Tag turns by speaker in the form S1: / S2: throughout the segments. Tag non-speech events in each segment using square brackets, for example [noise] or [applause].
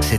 S1: se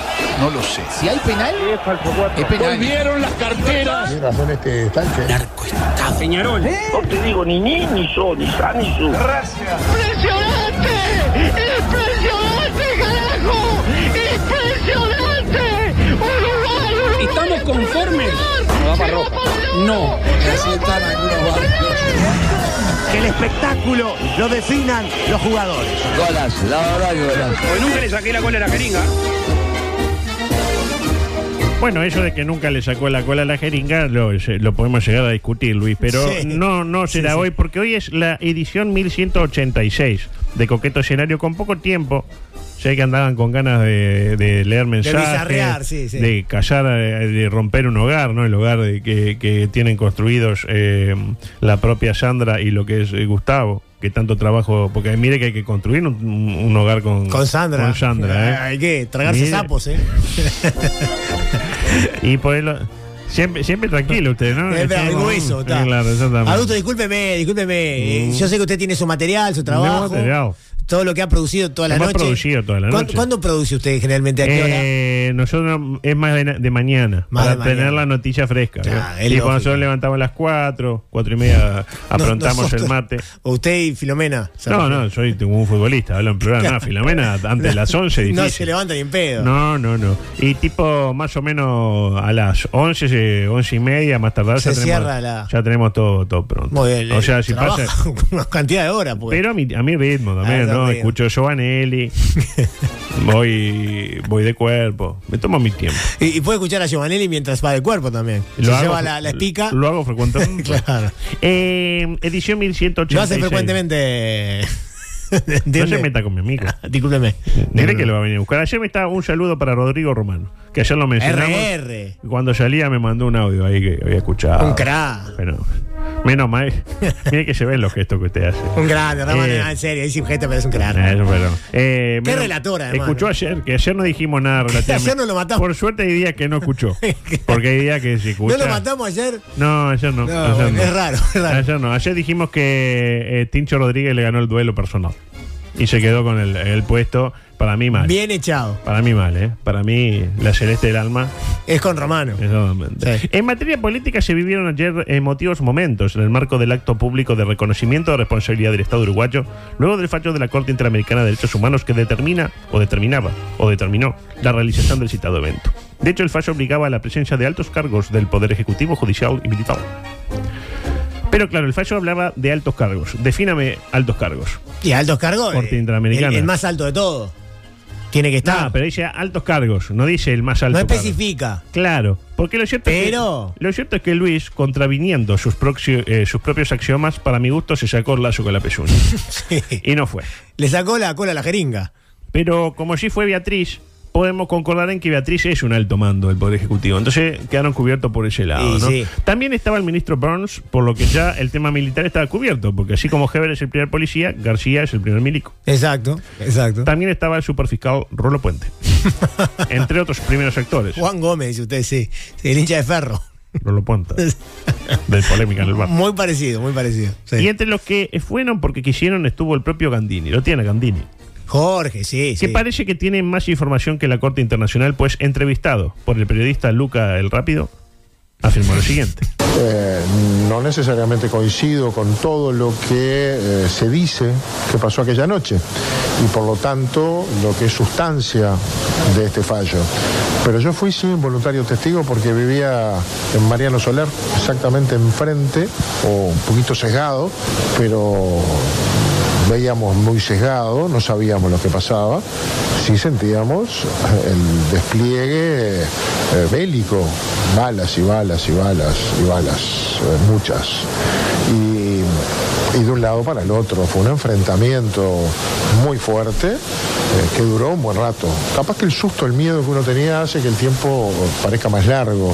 S2: Si hay penal, es penal.
S3: Volvieron las carteras. Peñarol.
S4: ¿Eh?
S5: No te digo ni ni, ni yo, ni sa, ni su.
S6: ¡Impresionante! ¡Impresionante, carajo! ¡Impresionante! ¡Uruguay, Uruguay!
S4: ¿Estamos conformes?
S6: ¡No va
S4: No.
S7: Que el espectáculo lo definan los jugadores.
S2: Golazo, la verdad que golazo.
S3: Porque nunca le saqué la cola a la jeringa.
S8: Bueno, eso de que nunca le sacó la cola a la jeringa lo, se- lo podemos llegar a discutir, Luis, pero
S7: Sí.
S8: no, no será
S7: Sí, sí.
S8: hoy, porque hoy es la edición 1186 de Coqueto Escenario con poco tiempo. Sé que andaban con ganas de, de leer mensajes,
S7: bizarrear, sí, sí.
S8: de callar, eh, de romper un hogar, ¿no? El hogar de que, que tienen construidos eh, la propia Sandra y lo que es eh, Gustavo, que tanto trabajo, porque mire que hay que construir un, un hogar con,
S7: Con Sandra.
S8: con Sandra, ¿eh?
S7: Hay que tragarse
S8: Mire.
S7: sapos,
S8: [laughs]
S7: ¿eh?
S8: Y por el- Siempre, siempre tranquilo usted, ¿no?
S7: [laughs] Es verdad, el
S8: Estamos-
S7: grueso, está.
S8: Claro, exactamente. Mm.
S7: Adulto, discúlpeme, discúlpeme. Eh, Yo sé que usted tiene su material, su trabajo.
S8: material.
S7: Todo lo que ha producido toda la
S8: Hemos
S7: noche.
S8: producido toda la
S7: ¿Cuán-
S8: noche.
S7: ¿Cuándo produce usted generalmente? ¿A qué hora?
S8: Eh, nosotros es más de, na- de mañana,
S7: Más
S8: para
S7: de
S8: tener
S7: mañana.
S8: la noticia fresca.
S7: Ah,
S8: ¿no? Y
S7: es
S8: cuando
S7: lógico.
S8: nosotros levantamos a las 4, 4 y media,
S7: [laughs] No-
S8: aprontamos el
S7: nosotros- [laughs]
S8: mate.
S7: Usted y Filomena. se
S8: No,
S7: refiere.
S8: no, soy tengo un futbolista, hablo en plural. No, Filomena, antes de las 11, difícil.
S7: [laughs] No se levanta ni en pedo.
S8: No, no, no. Y tipo, más o menos a las 11, eh, 11 y media, más tardar,
S7: Se
S8: ya,
S7: cierra
S8: tenemos,
S7: la-
S8: ya tenemos todo, todo pronto.
S7: Muy bien.
S8: o
S7: eh,
S8: sea, si
S7: trabaja
S8: pasa.
S7: [laughs] una cantidad de horas, pues.
S8: Pero a mi, a mi ritmo
S7: Ah,
S8: también, ¿no?
S7: también.
S8: Escucho
S7: [laughs]
S8: Giovanelli, voy, voy de cuerpo, me tomo mi tiempo.
S7: Y, y puede escuchar a Giovanelli mientras va de cuerpo también. Se lleva la, la espica.
S8: Lo hago
S7: [laughs]
S8: frecuentemente.
S7: Claro.
S8: Eh, edición 1186.
S7: Lo hace frecuentemente. [laughs]
S8: No
S7: ¿Entiende?
S8: se meta con mi
S7: [laughs]
S8: amigo.
S7: Discúlpeme.
S8: Diré que lo va a venir a buscar. Ayer me estaba un saludo para Rodrigo Romano, que ayer lo mencionamos.
S7: RR.
S8: Cuando salía me mandó un audio ahí que había escuchado.
S7: Un crack.
S8: Bueno, menos
S7: [laughs]
S8: mal. Mire que se ven los gestos que usted hace.
S7: Un grande, Ramón,
S8: Eh.
S7: en serio, es un gesto, pero es
S8: [laughs]
S7: un crack.
S8: Ah, eso fue lo- Eh,
S7: Qué
S8: mira,
S7: relatora, además,
S8: Escuchó
S7: ¿no?
S8: ayer, que ayer no dijimos
S7: [laughs]
S8: nada relativamente.
S7: Ayer no lo matamos.
S8: Por suerte hay días que no
S7: [laughs]
S8: escuchó. Porque hay días que se escucha.
S7: ¿No lo matamos ayer?
S8: No, ayer no.
S7: No,
S8: ayer
S7: bueno,
S8: no.
S7: es raro, es raro.
S8: Ayer no. Ayer dijimos que eh, Tincho Rodríguez le ganó el duelo personal. Y se quedó con el, el puesto. Para mí mal.
S7: Bien echado.
S8: Para mí mal, ¿eh? Para mí, la celeste del alma.
S7: Es con Romano.
S8: Eh. Exactamente.
S7: Sí.
S8: En materia política se vivieron ayer emotivos momentos en el marco del acto público de reconocimiento de responsabilidad del Estado uruguayo, luego del fallo de la Corte Interamericana de Derechos Humanos que determina, o determinaba, o determinó la realización del citado evento. De hecho, el fallo obligaba a la presencia de altos cargos del Poder Ejecutivo, Judicial y Militar. Pero claro, el fallo hablaba de altos cargos. Defíname altos cargos.
S7: Y altos cargos.
S8: Corte
S7: eh,
S8: Interamericana.
S7: El, el más alto de todo. Tiene que
S8: Nada,
S7: estar.
S8: Ah, pero dice altos cargos, no dice el más alto.
S7: no
S8: cargo.
S7: especifica.
S8: Claro, porque lo cierto,
S7: Pero-
S8: es, que, lo cierto es que Luis, contraviniendo sus, proxi- eh, sus propios axiomas, para mi gusto se sacó el lazo con la
S7: [laughs]
S8: pezuña.
S7: Sí.
S8: y no fue.
S7: Le sacó la cola a la jeringa.
S8: Pero como sí fue Beatriz, podemos concordar en que Beatriz es un alto mando del Poder Ejecutivo. Entonces quedaron cubiertos por ese lado.
S7: Y
S8: ¿no?
S7: sí.
S8: También estaba el ministro Burns, por lo que ya el tema militar estaba cubierto, porque así como Heber es el primer policía, García es el primer milico.
S7: Exacto, exacto.
S8: También estaba el superfiscal Rolo
S7: [laughs]
S8: Puente, entre otros primeros actores.
S7: Juan Gómez, dice usted, sí. Sí, El hincha de ferro.
S8: Rolo
S7: [laughs]
S8: Puente, del polémica en el bar.
S7: Muy parecido, muy parecido. sí.
S8: Y entre los que fueron porque quisieron estuvo el propio Gandini, lo tiene Gandini,
S7: Jorge, sí, sí.
S8: que parece que tiene más información que la Corte Internacional, pues entrevistado por el periodista Luca el Rápido, afirmó lo siguiente.
S9: Eh, no necesariamente coincido con todo lo que eh, se dice que pasó aquella noche y por lo tanto lo que es sustancia de este fallo. Pero yo fui sí voluntario testigo porque vivía en Mariano Soler, exactamente enfrente, o un poquito sesgado, pero veíamos muy sesgado, no sabíamos lo que pasaba, sí sentíamos el despliegue eh, bélico, balas y balas y balas y balas, eh, muchas. Y y de un lado para el otro. Fue un enfrentamiento muy fuerte eh, que duró un buen rato. Capaz que el susto, el miedo que uno tenía hace que el tiempo parezca más largo.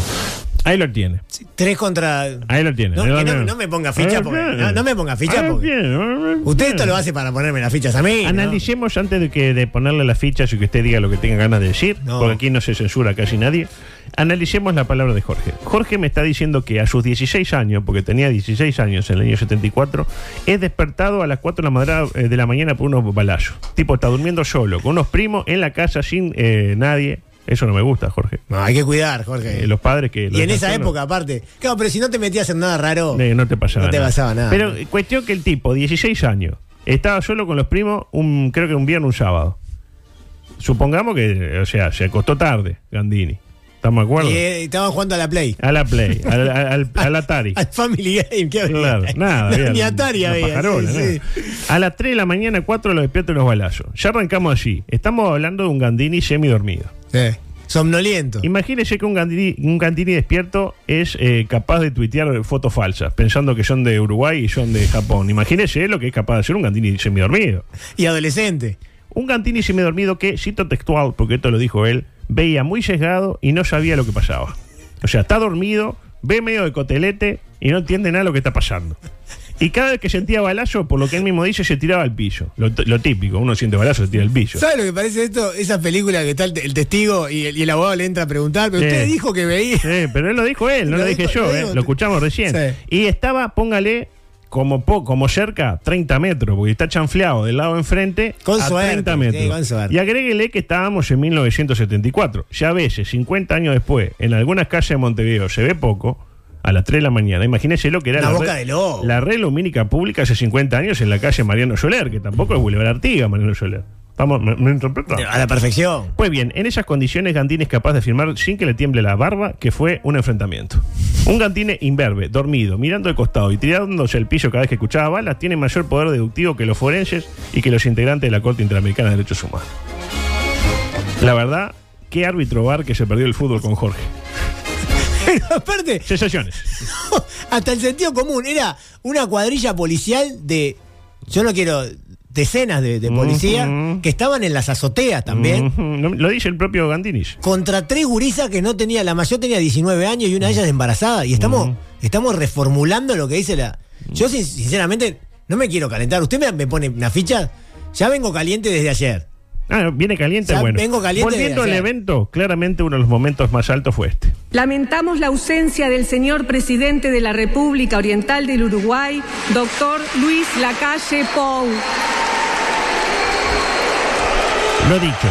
S8: Ahí lo tiene.
S7: Tres contra.
S8: Ahí lo tiene.
S7: No,
S8: ahí
S7: que
S8: lo
S7: no-
S8: tiene.
S7: no me ponga ficha
S8: Ahí lo
S7: porque-
S8: tiene.
S7: no- no me ponga ficha
S8: Ahí lo
S7: porque-
S8: tiene, ahí lo
S7: Usted
S8: tiene.
S7: esto lo hace para ponerme las fichas a mí. ¿no?
S8: Analicemos antes de que de ponerle las fichas y que usted diga lo que tenga ganas de decir,
S7: No.
S8: porque aquí no se censura casi nadie. Analicemos la palabra de Jorge. Jorge me está diciendo que a sus 16 años, porque tenía 16 años en el año 74, es despertado a las 4 de la, madra- eh, de la mañana por unos balazos. Tipo, está durmiendo solo, con unos primos en la casa sin eh, nadie. Eso no me gusta, Jorge.
S7: No, hay que cuidar, Jorge.
S8: Eh, los padres que... lo
S7: Y en
S8: dejan
S7: esa
S8: solo.
S7: época, aparte. Claro, pero si no te metías en nada raro.
S8: Eh, no te pasaba
S7: No te pasaba nada.
S8: Pero eh, cuestión que el tipo, 16 años, estaba solo con los primos, un, creo que un viernes, un sábado. Supongamos que, eh, o sea, se acostó tarde, Gandini. ¿Estamos de acuerdo?
S7: Y eh, estaban jugando a la Play.
S8: A la Play, al, al-
S7: [laughs]
S8: al- al Atari.
S7: Al Family Game, ¿qué había?
S8: Claro, nada.
S7: No,
S8: había
S7: Ni Atari
S8: una
S7: había.
S8: pajarola,
S7: sí,
S8: nada.
S7: sí.
S8: A las 3 de la mañana, 4 los despierto los balazos. Ya arrancamos allí. Estamos hablando de un Gandini semidormido.
S7: Sí. Somnoliento.
S8: Imagínese que un Gandini, un Gandini despierto es eh, capaz de tuitear fotos falsas, pensando que son de Uruguay y son de Japón. Imagínese lo que es capaz de hacer un Gandini semidormido.
S7: Y adolescente.
S8: Un Gandini semidormido que, cito textual, porque esto lo dijo él, veía muy sesgado y no sabía lo que pasaba. O sea, está dormido, ve medio de cotelete y no entiende nada de lo que está pasando. Y cada vez que sentía balazo, por lo que él mismo dice, se tiraba al piso. Lo, t- lo típico, uno siente balazo, se tira al piso.
S7: ¿Sabes lo que parece esto? Esa película que está el, te- el testigo y el, y el abogado le entra a preguntar, pero
S8: Sí.
S7: usted dijo que veía.
S8: Eh, pero él lo dijo él, no
S7: Lo
S8: lo, dije
S7: dijo-
S8: yo,
S7: lo
S8: eh,
S7: dijo-
S8: lo escuchamos recién.
S7: Sí.
S8: Y estaba, póngale, como, po- como cerca, 30 metros, porque está chanfleado del lado de enfrente
S7: Con
S8: a
S7: suerte,
S8: 30
S7: sí, con
S8: metros.
S7: suerte.
S8: y agréguele que estábamos en 1974. Ya a veces, 50 años después, en algunas calles de Montevideo se ve poco. A las 3 de la mañana. Imagínese lo que era
S7: La
S8: red-
S7: boca de lobo.
S8: la red lumínica pública hace 50 años en la calle Mariano Soler, que tampoco es Boulevard Artigas, Mariano Soler. Estamos, ¿Me, me interpreto?
S7: [laughs] A la perfección.
S8: [laughs] Pues bien, en esas condiciones Gandini es capaz de afirmar sin que le tiemble la barba que fue un enfrentamiento. Un Gandini imberbe, dormido, mirando al costado y tirándose al piso cada vez que escuchaba balas, tiene mayor poder deductivo que los forenses y que los integrantes de la Corte Interamericana de Derechos Humanos. La verdad, qué árbitro bar que se perdió el fútbol con Jorge.
S7: Pero aparte,
S8: Sensaciones.
S7: hasta el sentido común, era una cuadrilla policial de, yo no quiero, decenas de, de policías
S8: Ujú.
S7: que estaban en las azoteas también.
S8: Ujú, Lo lo dice el propio Gandini.
S7: Contra tres gurisas que no tenía, la mayor tenía 19 años y una de ellas embarazada. Y estamos, estamos reformulando lo que dice la. Yo, sin- sinceramente, no me quiero calentar. Usted me, me pone una ficha. Ya vengo caliente desde ayer.
S8: Ah, viene caliente,
S7: Ya
S8: bueno.
S7: vengo caliente
S8: Volviendo al
S7: desde ayer.
S8: evento, claramente uno de los momentos más altos fue este.
S10: Lamentamos la ausencia del señor presidente de la República Oriental del Uruguay, doctor Luis Lacalle Pou.
S8: Lo dicho.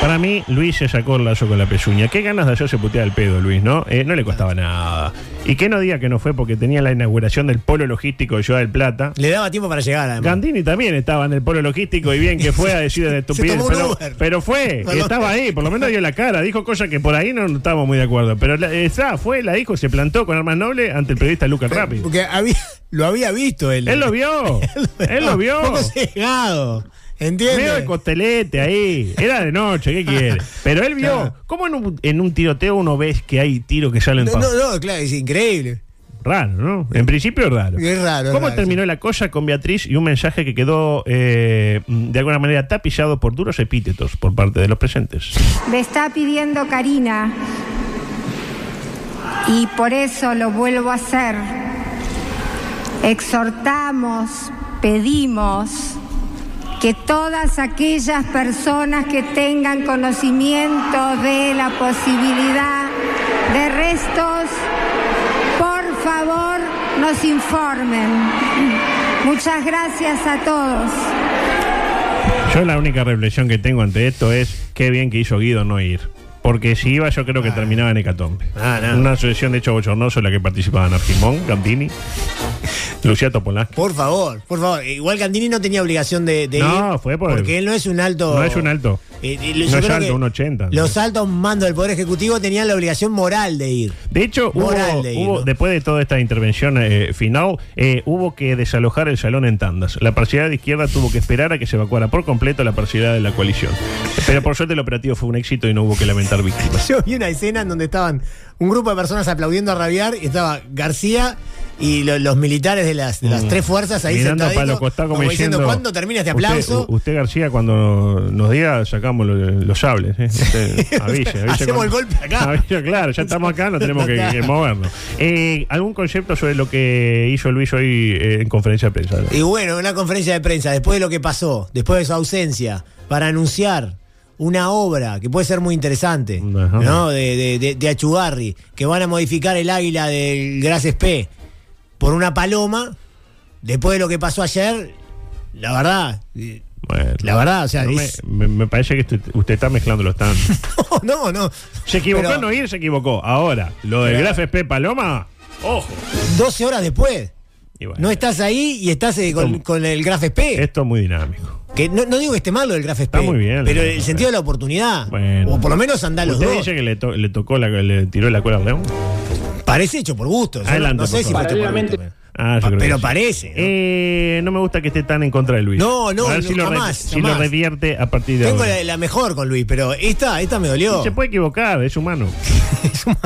S8: Para mí, Luis se sacó el lazo con la pezuña. Qué ganas de hacerse putear el pedo, Luis, ¿no? Eh, no le costaba nada. Y que no diga que no fue porque tenía la inauguración del polo logístico de Ciudad del Plata.
S7: Le daba tiempo para llegar, además.
S8: Gandini también estaba en el polo logístico y bien que fue a decir
S7: [laughs]
S8: de estupidez.
S7: tomó un
S8: Pero,
S7: Uber.
S8: pero fue,
S7: [laughs] Perdón.
S8: estaba ahí, por lo menos dio la cara. Dijo cosas que por ahí no estábamos muy de acuerdo. Pero la- esa fue, la dijo, se plantó con armas nobles ante el periodista Lucas Rappi.
S7: Porque había, lo había visto él.
S8: Él lo
S7: [laughs]
S8: vio. Él lo vio.
S7: Poco sesgado.
S8: Medio de
S7: ¿Entiendes?
S8: costelete ahí. Era de noche, ¿qué
S7: [laughs]
S8: quiere? Pero él vio.
S7: Claro.
S8: ¿Cómo en un, en un tiroteo uno ves que hay tiros que salen
S7: No,
S8: pa-
S7: no, no, claro, es increíble.
S8: Raro, ¿no? En principio raro.
S7: Es raro, es
S8: ¿Cómo
S7: raro,
S8: terminó la cosa con Beatriz y un mensaje que quedó eh, de alguna manera tapizado por duros epítetos por parte de los presentes?
S11: Me está pidiendo Karina. Y por eso lo vuelvo a hacer. Exhortamos, pedimos que todas aquellas personas que tengan conocimiento de la posibilidad de restos, por favor nos informen. Muchas gracias a todos.
S8: Yo la única reflexión que tengo ante esto es qué bien que hizo Guido no ir. Porque si iba, yo
S7: Ah.
S8: creo que terminaba en Hecatombe. Una asociación de hecho bochornoso en la que participaban Argimón,
S7: [laughs]
S8: Gandini, Lucía Topolás.
S7: Por favor, por favor. Igual Gandini no tenía obligación de, de ir.
S8: No, fue por-
S7: Porque él no es un alto.
S8: No es un alto.
S7: Eh, eh,
S8: No
S7: yo
S8: es
S7: creo
S8: alto,
S7: que
S8: un 80.
S7: Los altos mandos del Poder Ejecutivo tenían la obligación moral de ir. [laughs]
S8: De hecho, hubo,
S7: Moral de ir,
S8: hubo-
S7: ¿no?
S8: después de toda esta intervención eh, final, eh, hubo que desalojar el salón en tandas. La parcialidad de izquierda tuvo que esperar a que se evacuara por completo la parcialidad de la coalición. Pero por suerte el operativo fue un éxito y no hubo que lamentar víctimas.
S7: Yo vi una escena en donde estaban un grupo de personas aplaudiendo a rabiar y estaba García y lo- los militares de las, de las tres fuerzas ahí
S8: Mm. Mirando
S7: sentaditos,
S8: para los costados como,
S7: diciendo,
S8: diciendo,
S7: ¿cuándo termina este
S8: "Usted-
S7: aplauso?
S8: u- Usted, García, cuando nos diga, sacamos lo- los, sables. ¿eh?
S7: [laughs]
S8: Usted, avise, avise
S7: Hacemos
S8: cuando-
S7: el golpe acá.
S8: [laughs] Avise, claro, ya estamos acá, no tenemos que, que movernos. Eh, ¿Algún concepto sobre lo que hizo Luis hoy eh, en conferencia de prensa?
S7: Y bueno, una conferencia de prensa, después de lo que pasó, después de su ausencia, para anunciar una obra que puede ser muy interesante, ¿no? De, de, de- de Achugarri, que van a modificar el águila del Gracias P por una paloma, después de lo que pasó ayer, la verdad, [laughs]
S8: Bueno,
S7: La verdad, o sea,
S8: no me-
S7: es-
S8: me, me parece que usted, usted está mezclando los
S7: [laughs]
S8: tantos.
S7: no, no.
S8: Se equivocó
S7: Pero-
S8: en no ir, se equivocó. Ahora, lo del
S7: Pero-
S8: Graf P. Paloma, ojo.
S7: 12 horas después. No estás ahí y estás eh, con, con el Graf SP.
S8: Esto es muy dinámico.
S7: Que no, no digo que esté malo el Graf SP.
S8: Está muy bien,
S7: Pero
S8: la
S7: el
S8: verdad.
S7: sentido de la oportunidad.
S8: Bueno.
S7: O por lo menos andá los
S8: ¿Usted
S7: dos.
S8: dice que le, to- le tocó la, le tiró la cola al león?
S7: Parece hecho por gusto. Yo no-
S8: Adelante,
S7: no sé
S8: por
S7: si
S8: favor.
S7: fue hecho por gusto.
S8: Ah, yo
S7: Pa-
S8: creo
S7: pero
S8: que sí.
S7: parece, ¿no?
S8: Eh, no me gusta que esté tan en contra de Luis.
S7: No, no,
S8: a ver
S7: no,
S8: si lo, re-
S7: jamás,
S8: si
S7: jamás.
S8: lo revierte a partir de
S7: Tengo
S8: ahora.
S7: la, la mejor con Luis, pero esta, esta me dolió.
S8: Y
S7: [laughs]
S8: se puede equivocar, es humano. Es un,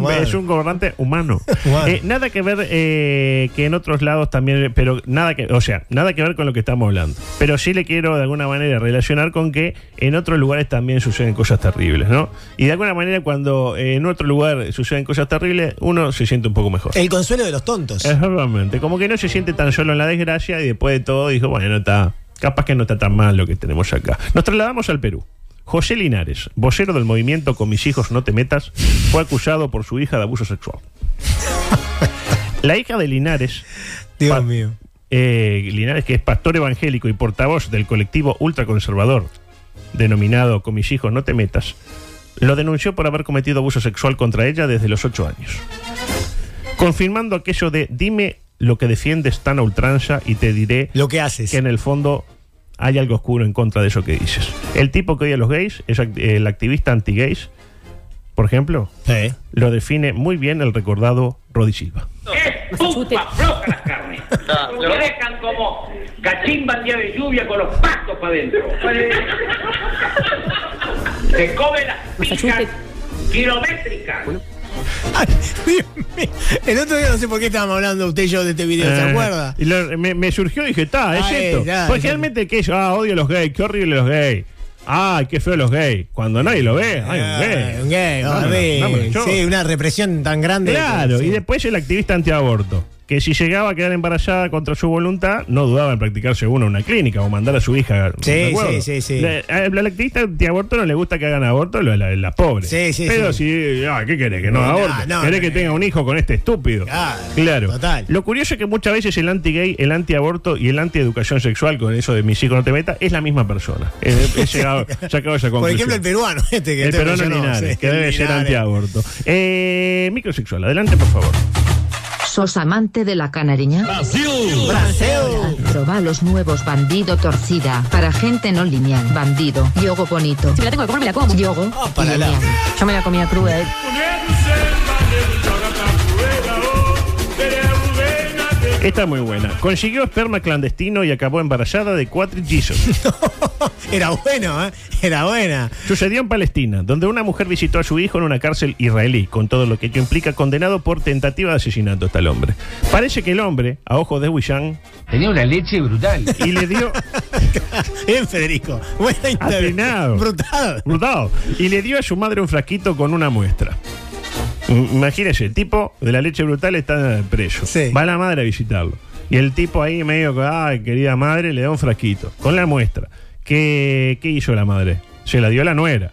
S7: humano.
S8: es un gobernante humano.
S7: Humano.
S8: Eh, nada que ver eh, que en otros lados también, pero nada que, o sea, nada que ver con lo que estamos hablando. Pero sí le quiero de alguna manera relacionar con que en otros lugares también suceden cosas terribles, ¿no? Y de alguna manera cuando eh, en otro lugar suceden cosas terribles, uno se siente un poco mejor.
S7: El consuelo de los tontos.
S8: Exactamente, como que no se siente tan solo en la desgracia y después de todo dijo, bueno, está, capaz que no está tan mal lo que tenemos acá. Nos trasladamos al Perú. José Linares, vocero del movimiento Con mis hijos no te metas, fue acusado por su hija de abuso sexual. [laughs] La hija de Linares,
S7: Dios mío.
S8: eh, Linares que es pastor evangélico y portavoz del colectivo ultraconservador, denominado Con mis hijos no te metas, lo denunció por haber cometido abuso sexual contra ella desde los ocho años confirmando aquello de dime lo que defiendes tan a ultranza y te diré
S7: lo que haces.
S8: Que en el fondo hay algo oscuro en contra de eso que dices. El tipo que odia a los gays, es act- el activista anti-gays, por ejemplo,
S7: Sí.
S8: lo define muy bien el recordado Rodi Silva.
S3: ¡Pumpa! ¡Floja las carnes! Lo dejan como cachimba en día de lluvia con los pastos para adentro. Se come las picas kilométricas.
S7: Ay, Dios mío. el otro día no sé por qué estábamos hablando usted y yo de este video, ¿se
S8: Eh,
S7: acuerda?
S8: y lo- me, me surgió y dije, está, es
S7: Ah, eh,
S8: esto.
S7: ya,
S8: Porque
S7: ya.
S8: realmente que yo, ah, odio a los gays, qué horrible los gays. Ah, qué feo los gays. Cuando nadie lo ve, ay, un gay.
S7: Eh, un gay,
S8: No, no,
S7: a ver,
S8: no, no, yo-
S7: sí, una represión tan grande.
S8: Claro,
S7: Sí.
S8: y después el activista antiaborto, que si llegaba a quedar embarazada contra su voluntad, no dudaba en practicarse uno en una clínica o mandar a su hija.
S7: Sí,
S8: ¿de acuerdo?
S7: sí, sí, sí.
S8: Le- Al al activista antiaborto no le gusta que hagan aborto las la, las pobres.
S7: Sí, sí,
S8: Pero
S7: sí.
S8: si, ah, ¿qué querés? Que no,
S7: No,
S8: aborte.
S7: no,
S8: ¿Querés
S7: no,
S8: que tenga un hijo con este estúpido?
S7: Claro,
S8: Claro.
S7: total.
S8: Lo curioso es que muchas veces el anti-gay, el anti-aborto y el anti-educación sexual, con eso de mis hijos no te metas, es la misma persona. He, he llegado, [laughs] sacado esa conclusión.
S7: Por ejemplo, el peruano, este que
S8: El
S7: te
S8: peruano
S7: mencionó,
S8: Linares,
S7: sí,
S8: que debe ser
S7: Linares.
S8: antiaborto. Eh, microsexual, adelante, por favor.
S12: ¿Sos amante de la canariña? ¡Brasil!
S7: ¡Brasil! [laughs]
S12: Proba los nuevos Bandido Torcida para gente no lineal. Bandido. Yogo bonito. Si me la tengo que comer, me la como. Yogo.
S7: Ah, para la-
S12: lineal. Yo me la comía cruda. eh.
S8: Esta es muy buena. Consiguió esperma clandestino y acabó embarazada de cuatro
S7: [laughs]
S8: Jesus.
S7: Era bueno, ¿eh? Era buena.
S8: Sucedió en Palestina, donde una mujer visitó a su hijo en una cárcel israelí, con todo lo que ello implica, condenado por tentativa de asesinato está el hombre. Parece que el hombre, a ojos de Wishan, tenía una leche brutal. Y le [laughs] dio.
S7: Bien, Federico. Buena
S8: Atinado.
S7: Brutal.
S8: Brutal. Y le dio a su madre un frasquito con una muestra. Mm, Imagínese, el tipo de la leche brutal está preso. Va la madre a visitarlo. Y el tipo ahí medio, que, ay, querida madre, le da un frasquito con la muestra. ¿Qué, qué hizo la madre? Se la dio a la nuera.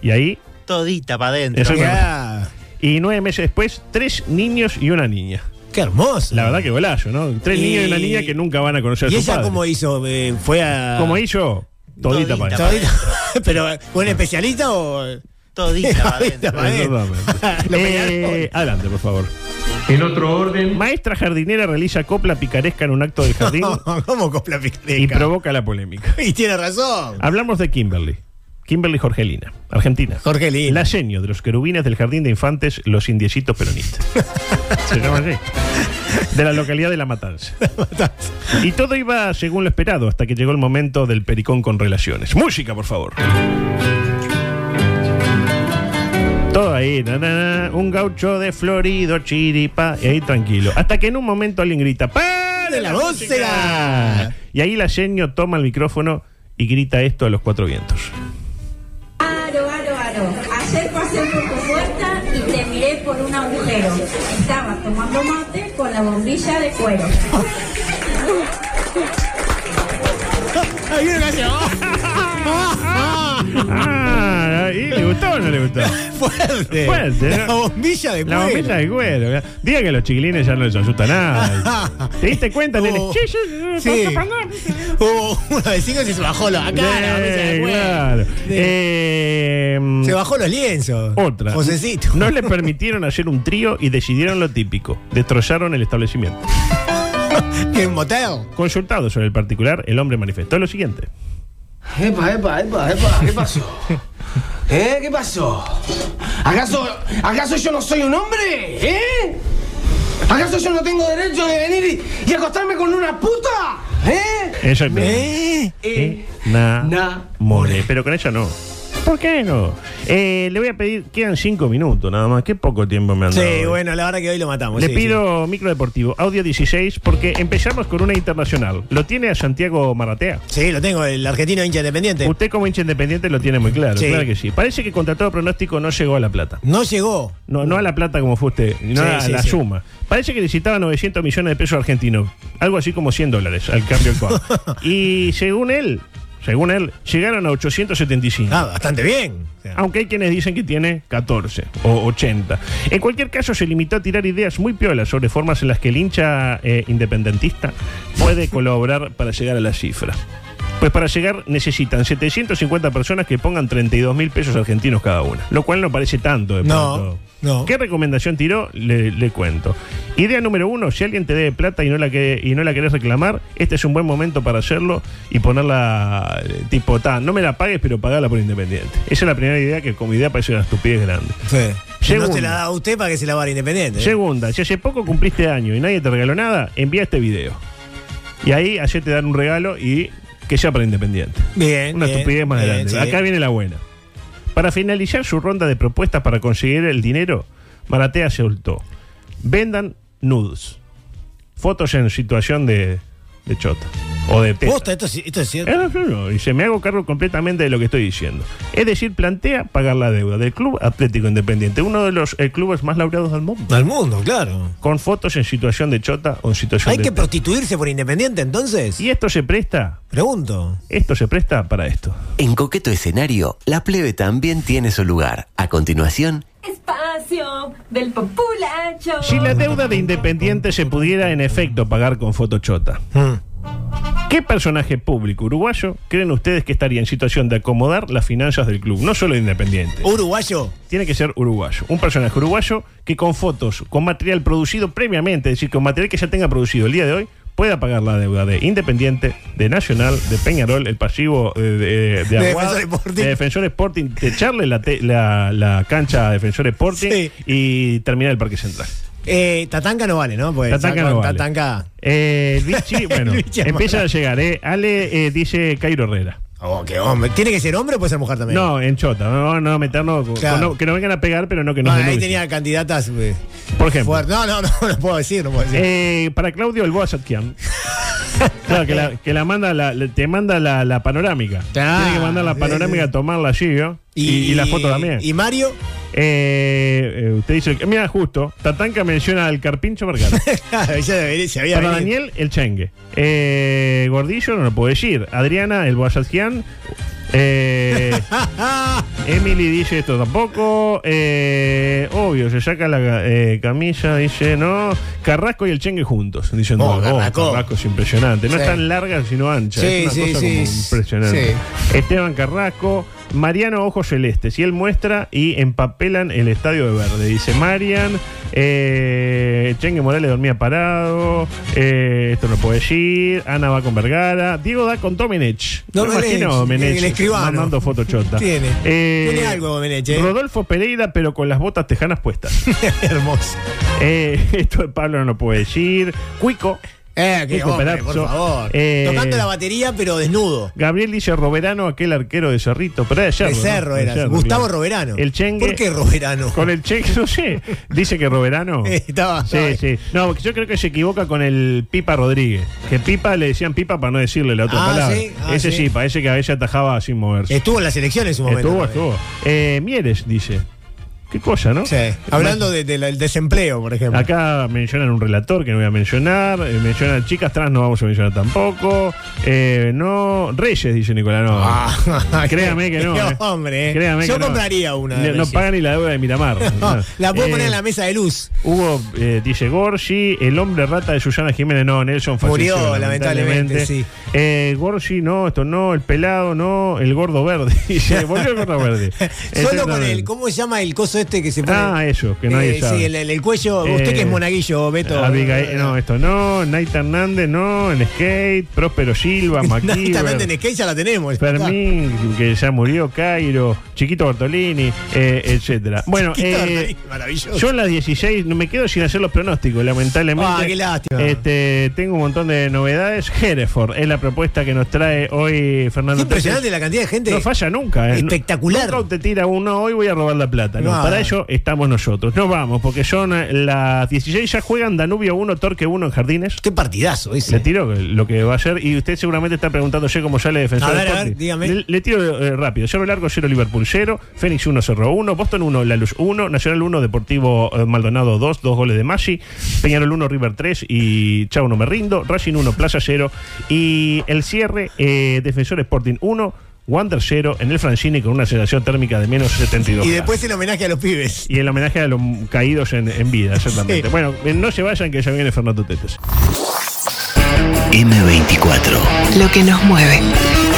S8: Y ahí...
S7: Todita para adentro.
S8: Exactamente. Y nueve meses después, tres niños y una niña.
S7: Qué hermoso.
S8: La verdad que golazo, ¿no? Tres
S7: Y-
S8: niños y una niña que nunca van a conocer a
S7: ¿Y
S8: su
S7: ella
S8: padre.
S7: cómo hizo? Eh, ¿Fue a.?
S8: ¿Cómo hizo? Todita, para adentro.
S7: Todita. [laughs] ¿Pero fue un especialista o.? [laughs] Todita para adentro. [laughs]
S8: Exactamente. Eh, adelante, por favor. En otro orden. Maestra jardinera realiza copla picaresca en un acto del
S7: [laughs]
S8: jardín.
S7: ¿Cómo copla picaresca?
S8: Y Ah. provoca la polémica.
S7: [laughs] Y tiene razón.
S8: Hablamos de Kimberly. Kimberly Jorgelina, Argentina. Jorgelina. La genio de los querubines del jardín de infantes, los indiecitos [laughs] peronistas. Se llama así. De la localidad de [laughs] La Matanza. Y todo iba según lo esperado hasta que llegó el momento del pericón con relaciones. Música, por favor. Todo todo ahí. na, na, na, un gaucho de Florido, chiripa. Y ahí tranquilo. Hasta que en un momento alguien grita: ¡Pare
S7: la música!
S8: Y ahí la genio toma el micrófono y grita esto a los cuatro vientos.
S13: Aro, aro, aro. Ayer pasé por tu puerta y te miré por un agujero. Estabas tomando mate con la bombilla de cuero.
S7: Ahí viene
S8: [laughs]
S7: la llevó. [laughs]
S8: Ah, ¿y le gustó o no le
S7: [laughs]
S8: gustó?
S7: Fuerte.
S8: Fuerte,
S7: La
S8: ¿no?
S7: bombilla
S8: La
S7: de cuero.
S8: bombilla de cuero. mirá. Diga que los chiquilines ya no les asusta nada.
S7: [laughs]
S8: ¿Te diste cuenta, nene?
S7: Oh.
S8: Sí, sí, sí,
S7: Sí.
S8: pasa, pasa.
S7: [laughs] Hubo uno de cinco y se bajó la acá, la bombilla de
S8: Eh,
S7: cuero.
S8: claro. Eh,
S7: Se bajó los lienzos.
S8: Otra.
S7: Josecito. [laughs]
S8: No le permitieron hacer un trío y decidieron lo típico. Destrozaron el establecimiento.
S7: ¿Qué motel?
S8: Consultado sobre el particular, el hombre manifestó lo siguiente.
S2: Epa, epa, epa, Ah, epa, ¿qué pasó?
S7: [laughs]
S2: ¿Eh? ¿Qué pasó? ¿Acaso, ¿Acaso yo no soy un hombre? ¿Eh? ¿Acaso yo no tengo derecho de venir y, y acostarme con una puta? ¿Eh?
S8: Ella
S2: ¿Eh?
S8: Eh, na- more. Pero con ella no. ¿Por qué no? Eh, le voy a pedir, quedan cinco minutos nada más. Qué poco tiempo me han dado. eh.
S7: Sí, bueno, la verdad que hoy lo matamos.
S8: Le
S7: sí,
S8: pido micro deportivo, audio 16, porque empezamos con una internacional. ¿Lo tiene a Santiago Maratea?
S7: Sí, Sí, lo tengo, el argentino hincha independiente.
S8: Usted como hincha independiente lo tiene muy claro,
S7: Sí.
S8: claro que sí. Parece que contra todo pronóstico no llegó a La Plata.
S7: No llegó.
S8: No, no a La Plata como fue usted, no
S7: Sí,
S8: a
S7: sí,
S8: la
S7: sí.
S8: suma. Parece que necesitaba 900 millones de pesos argentinos, algo así como 100 dólares al cambio actual.
S7: [laughs]
S8: y según él, según él, llegaron a 875.
S7: Ah, bastante bien.
S8: Aunque hay quienes dicen que tiene 14 o 80. En cualquier caso, se limitó a tirar ideas muy piolas sobre formas en las que el hincha eh, independentista
S7: [laughs]
S8: puede colaborar para llegar a la cifra. Pues para llegar necesitan 750 personas que pongan 32 mil pesos argentinos cada una, lo cual no parece tanto. De pronto.
S7: No, no.
S8: ¿Qué recomendación tiró? Le, le cuento. Idea número uno, si alguien te debe plata y no, la que, y no la querés reclamar, este es un buen momento para hacerlo y ponerla eh, tipo, tan, no me la pagues, pero pagala por independiente. Esa es la primera idea que como idea parece una estupidez grande.
S7: Sí.
S8: Segunda.
S7: No se la da a usted para que se la vara independiente. ¿eh?
S8: Segunda, si hace poco cumpliste año y nadie te regaló nada, envía este video. Y ahí ayer te dan un regalo y que sea para independiente.
S7: Bien.
S8: Una
S7: bien,
S8: estupidez más
S7: bien,
S8: grande.
S7: sí.
S8: Acá viene la buena. Para finalizar su ronda de propuestas para conseguir el dinero, Maratea se soltó. Vendan nudes. Fotos en situación de, de chota. O de teta.
S7: Posta, esto, es- esto es cierto.
S8: este. Eh, no, no, Dice, me hago cargo completamente de lo que estoy diciendo. Es decir, plantea pagar la deuda del Club Atlético Independiente, uno de los eh, clubes más laureados del mundo.
S7: Al mundo, claro.
S8: Con fotos en situación de chota o en situación
S7: ¿Hay
S8: de
S7: que
S8: teta.
S7: prostituirse por independiente entonces?
S8: Y esto se presta,
S7: Pregunto.
S8: esto se presta para esto.
S1: En coqueto escenario, la plebe también tiene su lugar. A continuación,
S13: Espacio del populacho.
S8: Si la deuda de Independiente se pudiera en efecto pagar con fotochota,
S7: Mm.
S8: ¿qué personaje público uruguayo creen ustedes que estaría en situación de acomodar las finanzas del club? No solo de Independiente.
S7: Uruguayo.
S8: Tiene que ser uruguayo. Un personaje uruguayo que con fotos, con material producido previamente, es decir, con material que ya tenga producido el día de hoy, pueda pagar la deuda de Independiente, de Nacional, de Peñarol, el pasivo eh, de, de,
S7: De
S8: Aguada,
S7: Defensor Sporting.
S8: de Defensor Sporting, de echarle la, te- la- la cancha a Defensor Sporting
S7: Sí.
S8: y terminar el Parque Central.
S7: Eh, Tatanca no vale, ¿no? Pues,
S8: Tatanca
S7: ya con
S8: no vale.
S7: Tatanca.
S8: Eh, el
S7: [laughs]
S8: Vichy, bueno,
S7: El Vichy es
S8: empieza a
S7: malo.
S8: llegar, ¿eh? Ale eh, dice Cairo Herrera.
S7: Oh, qué hombre. ¿Tiene que ser hombre o puede ser mujer también?
S8: No, en Chota, no, no meternos, con-
S7: Claro.
S8: con no- que no vengan a pegar, pero no que nos
S7: Ah, ahí
S8: denuncien.
S7: tenía candidatas eh,
S8: Por ejemplo.
S7: fuertes. No, no, no, no puedo decir, no puedo decir.
S8: Eh, para Claudio el Boa
S7: [laughs]
S8: Satkiam. Claro, que la, que la manda la, la- te manda la, la panorámica.
S7: Claro.
S8: Tiene que mandar la
S7: Sí,
S8: panorámica
S7: sí.
S8: a tomarla allí, ¿vio? Y, y la foto también.
S7: ¿Y Mario? [laughs]
S8: Eh, eh, usted dice, mira, justo, Tatanka menciona al Carpincho
S7: [laughs]
S8: Vergara.
S7: Claro, ya debería- se había
S8: Para
S7: venido.
S8: Daniel, el Chengue. Eh, Gordillo, no lo puedo decir. Adriana, el Boyasgian.
S7: [laughs]
S8: Eh, Emily dice esto tampoco. Eh, obvio, se saca la ca- eh, camisa, dice no. Carrasco y el Chengue juntos. Diciendo,
S7: Oh,
S8: oh, Carrasco.
S7: Carrasco.
S8: es impresionante. No
S7: Sí.
S8: es tan larga, sino ancha.
S7: Sí,
S8: es una
S7: sí,
S8: cosa
S7: sí,
S8: como
S7: sí.
S8: impresionante. Esteban Carrasco. Mariano Ojos Celestes. Y él muestra y empapelan el estadio de verde. Dice Marian. Eh, Chengue Morales dormía parado. eh, esto no puede decir. Ana va con Vergara. Diego da con Domenech. No me
S7: Domenech,
S8: imagino a Domenech
S7: el escribano.
S8: Mandando fotochota.
S7: Tiene.
S8: Eh,
S7: Tiene algo, Domenech, eh.
S8: Rodolfo Pereira, pero con las botas tejanas puestas.
S7: [laughs]
S8: [laughs]
S7: Hermoso.
S8: Eh, esto de Pablo no lo puede decir. Cuico.
S7: Eh, qué
S8: Qué
S7: hombre, por
S8: pedazo.
S7: favor.
S8: Eh,
S7: Tocando la batería, pero desnudo.
S8: Gabriel dice Roberano, aquel arquero de Cerrito, pero era de Cerro. ¿no?
S7: Cerro
S8: De
S7: era,
S8: Cerro,
S7: Gustavo
S8: claro.
S7: Roberano.
S8: El Chengue.
S7: ¿Por qué Roberano?
S8: Con el Chengue, [laughs] no sé. Dice que Roberano.
S7: [laughs] Estaba.
S8: Sí, sí. No, yo creo que se equivoca con el Pipa Rodríguez. Que Pipa le decían Pipa para no decirle la otra
S7: Ah,
S8: palabra.
S7: sí, ah,
S8: ese
S7: sí.
S8: sí. parece que a veces atajaba sin moverse.
S7: Estuvo en la selección en su momento.
S8: Estuvo,
S7: también.
S8: estuvo. Eh, Mieres dice. Qué cosa, ¿no?
S7: Sí. Hablando de- de la- del desempleo, por ejemplo.
S8: Acá mencionan un relator que no voy a mencionar, eh, mencionan chicas trans, no vamos a mencionar tampoco. Eh, no, Reyes, dice Nicolás, no.
S7: [laughs] Ah, [laughs]
S8: [laughs] Créame que no.
S7: qué
S8: eh.
S7: hombre, eh.
S8: Créame
S7: Yo
S8: que no.
S7: compraría una de
S8: Le- No
S7: Reyes.
S8: pagan ni la deuda de Miramar.
S7: [laughs] No,
S8: No.
S7: la puedo poner
S8: Eh,
S7: en la mesa de luz.
S8: Hubo, eh, dice Gorgi, el hombre rata de Susana Jiménez, no, Nelson falleció,
S7: Murió, lamentablemente, sí.
S8: Eh, Gorgi, no, esto no, el pelado, no, el gordo verde, [laughs] dice, volvió el gordo verde.
S7: [laughs] Solo con
S8: Exactamente.
S7: el. ¿Cómo se llama el coso este que se pone?
S8: Ah, eso, que nadie
S7: Eh,
S8: sabe.
S7: Sí, el, el- el cuello. Usted que
S8: Eh,
S7: es monaguillo, Beto.
S8: Abigail-
S7: [laughs]
S8: no, esto no. Naita Hernández, no. En skate. Próspero
S7: [laughs]
S8: Silva,
S7: Exactamente, en
S8: McKeever.
S7: skate ya la tenemos. [laughs]
S8: Fermín, que ya murió, Cairo, Chiquito Bartolini, eh, etcétera. Bueno,
S7: Chiquito
S8: eh,
S7: Bartolini, maravilloso.
S8: yo a las 16 no me quedo sin hacer los pronósticos, lamentablemente.
S7: Ah, qué lástima.
S8: Este, tengo un montón de novedades. Hereford es la propuesta que nos trae hoy Fernando.
S7: Qué impresionante
S8: Tercer.
S7: la cantidad de gente.
S8: No falla nunca. eh.
S7: Espectacular.
S8: Nunca te tira uno hoy voy a robar la plata. No,
S7: No.
S8: para ello estamos nosotros. Nos vamos, porque son eh, las 16 ya juegan Danubio 1, Torque 1 en Jardines.
S7: Qué partidazo ese.
S8: Le tiro lo que va a ser. Y usted seguramente está preguntándose cómo sale defensor.
S7: A ver,
S8: del
S7: a ver,
S8: Sporting.
S7: dígame.
S8: Le, le tiro eh, rápido. Cerro Largo 0, Liverpool 0, Fénix 1, Cerro 1, Boston 1, La Luz 1, Nacional 1, Deportivo eh, Maldonado 2, dos goles de Maggi, Peñarol 1, River 3 y Chau no me rindo, Racing 1, Plaza 0 y el cierre, eh, Defensor Sporting 1, Wander 0 en el Francini con una sensación térmica de menos 72.
S7: Y
S8: grados.
S7: después el homenaje a los pibes.
S8: Y el homenaje a los caídos en, en vida, exactamente.
S7: Sí.
S8: Bueno, eh, no se vayan que ya viene Fernando Tetes.
S1: M24.
S14: Lo que nos mueve.